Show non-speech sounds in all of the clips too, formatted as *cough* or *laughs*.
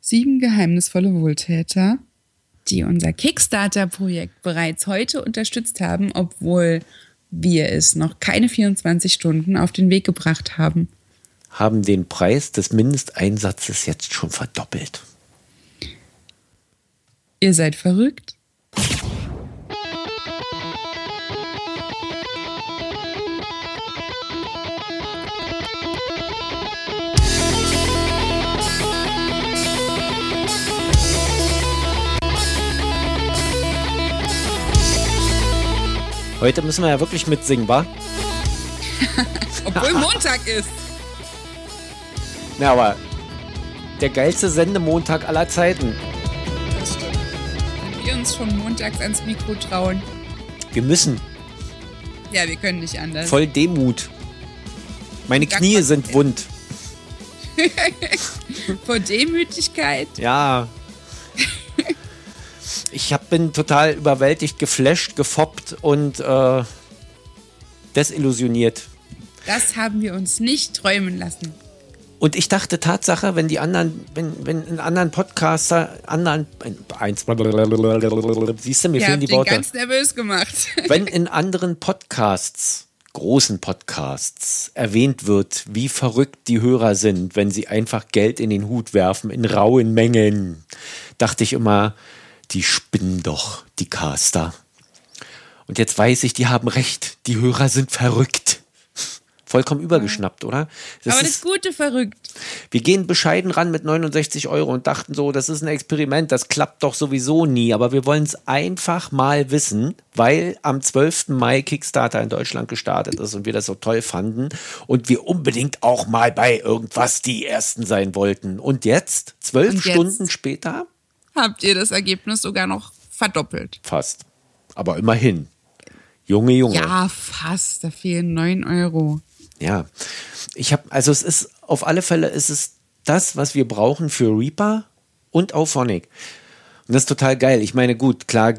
Sieben geheimnisvolle Wohltäter, die unser Kickstarter-Projekt bereits heute unterstützt haben, obwohl wir es noch keine 24 Stunden auf den Weg gebracht haben. Haben den Preis des Mindesteinsatzes jetzt schon verdoppelt. Ihr seid verrückt. Heute müssen wir ja wirklich mitsingen, wa? Obwohl Montag ist. Na, aber der geilste Sendemontag aller Zeiten. Das stimmt. Wenn wir uns schon montags ans Mikro trauen. Wir müssen. Ja, wir können nicht anders. Voll Demut. Meine Dankbar- Knie sind wund. Vor Demütigkeit. Ja. Ich hab, bin total überwältigt, geflasht, gefoppt und äh, desillusioniert. Das haben wir uns nicht träumen lassen. Und ich dachte Tatsache, wenn die anderen, wenn, wenn einen anderen Podcaster, anderen, eins, siehst du, mir Ihr fehlen habt die ihn Worte. ganz nervös gemacht. Wenn in anderen Podcasts, großen Podcasts, erwähnt wird, wie verrückt die Hörer sind, wenn sie einfach Geld in den Hut werfen, in rauen Mengen, dachte ich immer, die spinnen doch, die Caster. Und jetzt weiß ich, die haben recht, die Hörer sind verrückt. Vollkommen übergeschnappt, oder? Das Aber ist- das Gute verrückt. wir gehen bescheiden ran mit 69 Euro und dachten so, das ist ein Experiment, das klappt doch sowieso nie. Aber wir wollen es einfach mal wissen, weil am 12. Mai Kickstarter in Deutschland gestartet ist und wir das so toll fanden und wir unbedingt auch mal bei irgendwas die Ersten sein wollten. Und jetzt, zwölf Und jetzt? Stunden später, Habt ihr das Ergebnis sogar noch verdoppelt? fast. Aber immerhin. Junge, Junge. Ja, fast. Da fehlen 9 Euro. Ja, ich habe, also es ist auf alle Fälle ist es das, was wir brauchen für Reaper und Auphonic. Und das ist total geil. Ich meine, gut, klar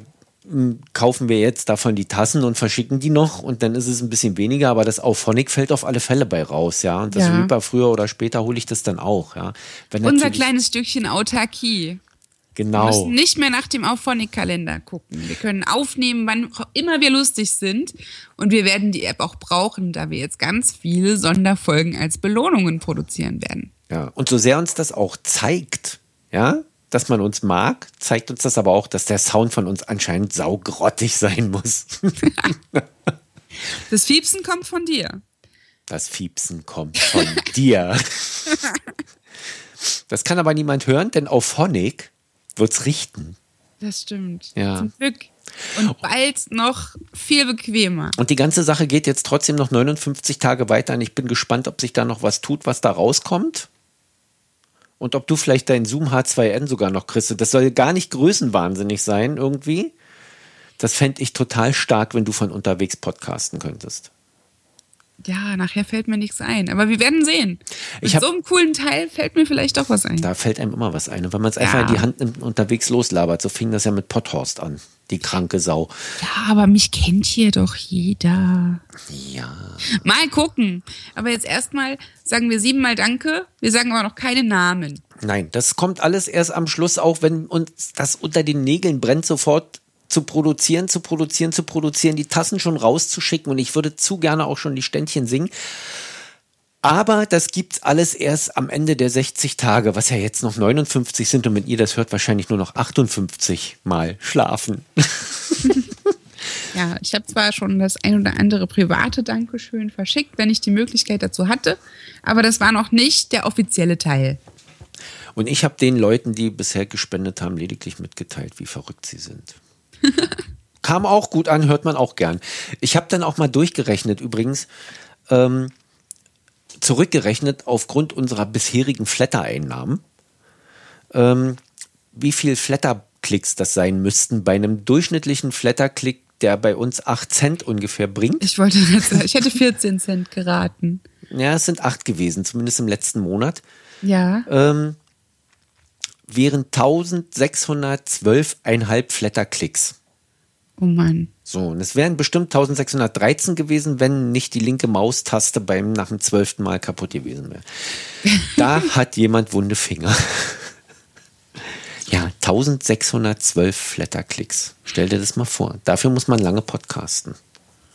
m, kaufen wir jetzt davon die Tassen und verschicken die noch und dann ist es ein bisschen weniger, aber das Auphonic fällt auf alle Fälle bei raus, ja. Und das Ja. Reaper früher oder später hole ich das dann auch, ja. Wenn Unser natürlich- kleines Stückchen Autarkie. Wir genau. müssen nicht mehr nach dem Auphonic-Kalender gucken. Wir können aufnehmen, wann auch immer wir lustig sind. Und wir werden die App auch brauchen, da wir jetzt ganz viele Sonderfolgen als Belohnungen produzieren werden. Ja, und so sehr uns das auch zeigt, ja, dass man uns mag, zeigt uns das aber auch, dass der Sound von uns anscheinend saugrottig *laughs* sein muss. Das Fiepsen kommt von dir. Das Fiepsen kommt von dir. Das kann aber niemand hören, denn auf Honig wird's richten. Das stimmt. Ja. Oh. Zum Glück. Und bald noch viel bequemer. Und die ganze Sache geht jetzt trotzdem noch 59 Tage weiter und ich bin gespannt, ob sich da noch was tut, was da rauskommt. Und ob du vielleicht dein Zoom H2N sogar noch kriegst. Das soll gar nicht größenwahnsinnig sein irgendwie. Das fände ich total stark, wenn du von unterwegs podcasten könntest. Ja, nachher fällt mir nichts ein. Aber wir werden sehen. Mit Ich hab- so einem coolen Teil fällt mir vielleicht doch was ein. Da fällt einem immer was ein. Und wenn man es einfach Ja. in die Hand nimmt und unterwegs loslabert, so fing das ja mit Potthorst an. Die kranke Sau. Ja, aber mich kennt hier doch jeder. Ja. Mal gucken. Aber jetzt erstmal sagen wir siebenmal Danke. Wir sagen aber noch keine Namen. Nein, das kommt alles erst am Schluss, auch wenn uns das unter den Nägeln brennt, sofort zu produzieren, zu produzieren, zu produzieren, die Tassen schon rauszuschicken und ich würde zu gerne auch schon die Ständchen singen. Aber das gibt's alles erst am Ende der 60 Tage, was ja jetzt noch 59 sind und wenn ihr das hört, wahrscheinlich nur noch 58 Mal schlafen. Ja, ich habe zwar schon das ein oder andere private Dankeschön verschickt, wenn ich die Möglichkeit dazu hatte, aber das war noch nicht der offizielle Teil. Und ich habe den Leuten, die bisher gespendet haben, lediglich mitgeteilt, wie verrückt sie sind. Kam auch gut an, hört man auch gern. Ich habe dann auch mal durchgerechnet, übrigens, ähm, zurückgerechnet aufgrund unserer bisherigen Flatter-Einnahmen, ähm, wie viel Flatter-Klicks das sein müssten bei einem durchschnittlichen Flatter-Klick, der bei uns 8 Cent ungefähr bringt. Ich wollte *laughs* jetzt, ich hätte 14 Cent geraten. Ja, es sind 8 gewesen, zumindest im letzten Monat. Ja. ähm, wären 1612,5 Flatterklicks. Oh Mann. So, und es wären bestimmt 1613 gewesen, wenn nicht die linke Maustaste beim nach dem *laughs* zwölften Mal kaputt gewesen wäre. Da hat jemand wunde Finger. 1612 Flatterklicks. Stell dir das mal vor. Dafür muss man lange podcasten.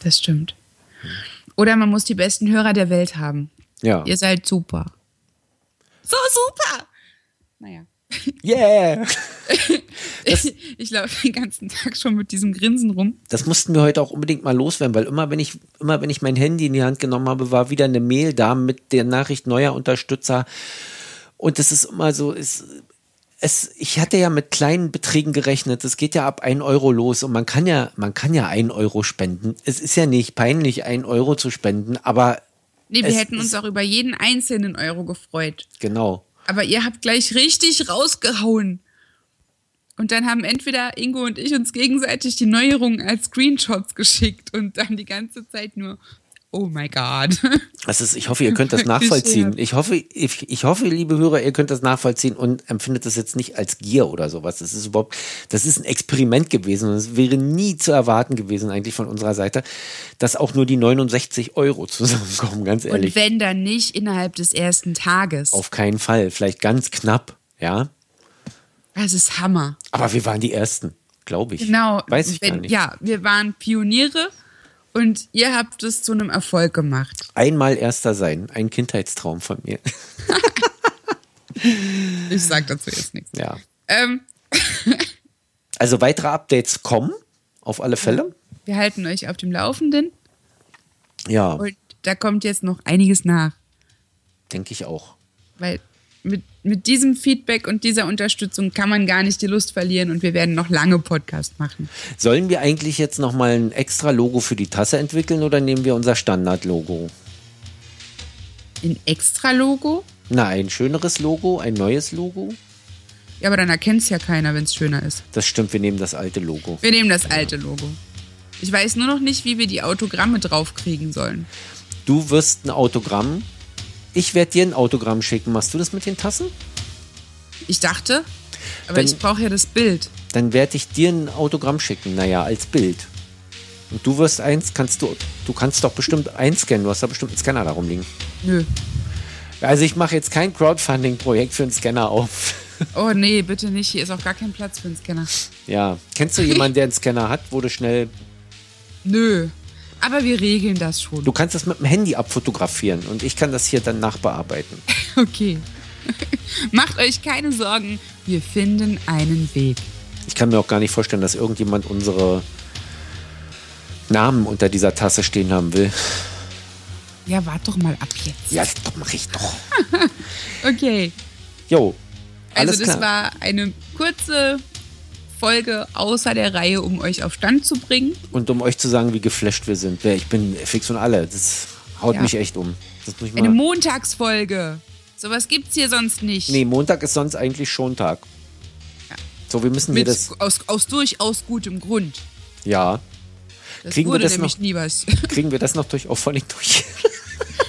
Das stimmt. Oder man muss die besten Hörer der Welt haben. Ja. Ihr seid super. So super! Naja. *laughs* Yeah! ich ich laufe den ganzen Tag schon mit diesem Grinsen rum. Das mussten wir heute auch unbedingt mal loswerden, weil immer wenn ich immer wenn ich mein Handy in die Hand genommen habe, war wieder eine Mail da mit der Nachricht neuer Unterstützer. Und das ist immer so, es, es, ich hatte ja mit kleinen Beträgen gerechnet. Es geht ja ab 1 Euro los und man kann ja, man kann ja 1 Euro spenden. Es ist ja nicht peinlich, 1 Euro zu spenden, aber Nee, wir Es hätten uns auch über jeden einzelnen Euro gefreut. genau. Aber ihr habt gleich richtig rausgehauen. Und dann haben entweder Ingo und ich uns gegenseitig die Neuerungen als Screenshots geschickt und dann die ganze Zeit nur, oh my God. *laughs* Das ist, ich hoffe, ihr könnt das nachvollziehen. Bisher. Ich hoffe, ich, ich hoffe, liebe Hörer, ihr könnt das nachvollziehen und empfindet das jetzt nicht als Gier oder sowas. Das ist überhaupt, das ist ein Experiment gewesen und es wäre nie zu erwarten gewesen eigentlich von unserer Seite, dass auch nur die 69 Euro zusammenkommen, ganz Und ehrlich. wenn dann nicht innerhalb des ersten Tages. Auf keinen Fall, vielleicht ganz knapp, ja. Das ist Hammer. Aber wir waren die Ersten, glaube ich. Genau. Weiß ich wenn, gar nicht. Ja, wir waren Pioniere und ihr habt es zu einem Erfolg gemacht. Einmal Erster sein, ein Kindheitstraum von mir. *laughs* Ich sag dazu jetzt nichts. ja. Ähm, Also weitere Updates kommen, auf alle Fälle. wir halten euch auf dem Laufenden Ja, und da kommt jetzt noch einiges nach. denke ich auch. Weil mit, mit diesem Feedback und dieser Unterstützung kann man gar nicht die Lust verlieren und wir werden noch lange Podcast machen. Sollen wir eigentlich jetzt nochmal ein extra Logo für die Tasse entwickeln oder nehmen wir unser Standard-Logo? Ein extra Logo? Na, ein schöneres Logo, ein neues Logo? Ja, aber dann erkennt es ja keiner, wenn es schöner ist. Das stimmt, wir nehmen das alte Logo. Wir nehmen das alte Logo. Ich weiß nur noch nicht, wie wir die Autogramme draufkriegen sollen. Du wirst ein Autogramm. Ich werde dir ein Autogramm schicken. Machst du das mit den Tassen? Ich dachte, aber Wenn- ich brauche ja das Bild. Dann werde ich dir ein Autogramm schicken. Naja, als Bild. Und du wirst eins, kannst du, du kannst doch bestimmt einscannen. Du hast da bestimmt einen Scanner da rumliegen. Nö. Also ich mache jetzt kein Crowdfunding-Projekt für einen Scanner auf. *laughs* Oh nee, bitte nicht. Hier ist auch gar kein Platz für einen Scanner. Ja. Kennst du jemanden, der einen Scanner hat, wo du schnell Nö. Aber wir regeln das schon. Du kannst das mit dem Handy abfotografieren und ich kann das hier dann nachbearbeiten. *laughs* Okay. *laughs* Macht euch keine Sorgen. Wir finden einen Weg. Ich kann mir auch gar nicht vorstellen, dass irgendjemand unsere Namen unter dieser Tasse stehen haben will. Ja, wart doch mal ab jetzt. Ja, das mache ich doch. Okay. Jo, Also alles das klar. war eine kurze Folge außer der Reihe, um euch auf Stand zu bringen. und um euch zu sagen, wie geflasht wir sind. Ja, Ich bin fix und alle. Das haut Ja. mich echt um. Das muss ich Eine mal. Montagsfolge. Sowas gibt's hier sonst nicht. Nee, Montag ist sonst eigentlich Schontag. So, wir müssen hier Mit, das. aus, aus durchaus gutem Grund. Ja. Das Kriegen wir wurde das nämlich noch? nie was. Kriegen wir das noch durch Auphonic durch? *laughs*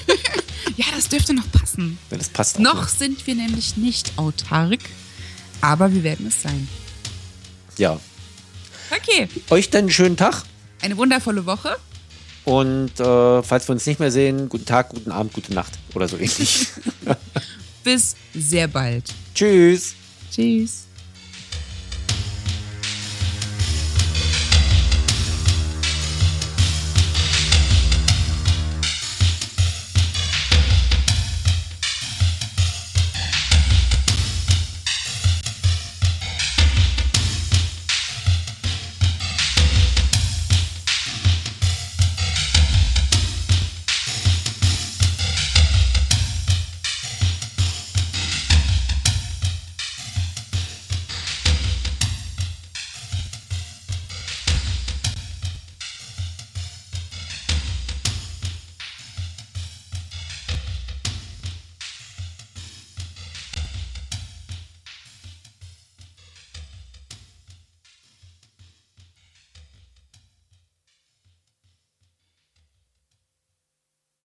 *laughs* Ja, das dürfte noch passen. Das passt auch Noch sind wir nämlich nicht autark, aber wir werden es sein. Ja. Okay, Euch dann einen schönen Tag. eine wundervolle Woche. Und äh, falls wir uns nicht mehr sehen, guten Tag, guten Abend, gute Nacht oder so ähnlich. Bis sehr bald. Tschüss. Tschüss.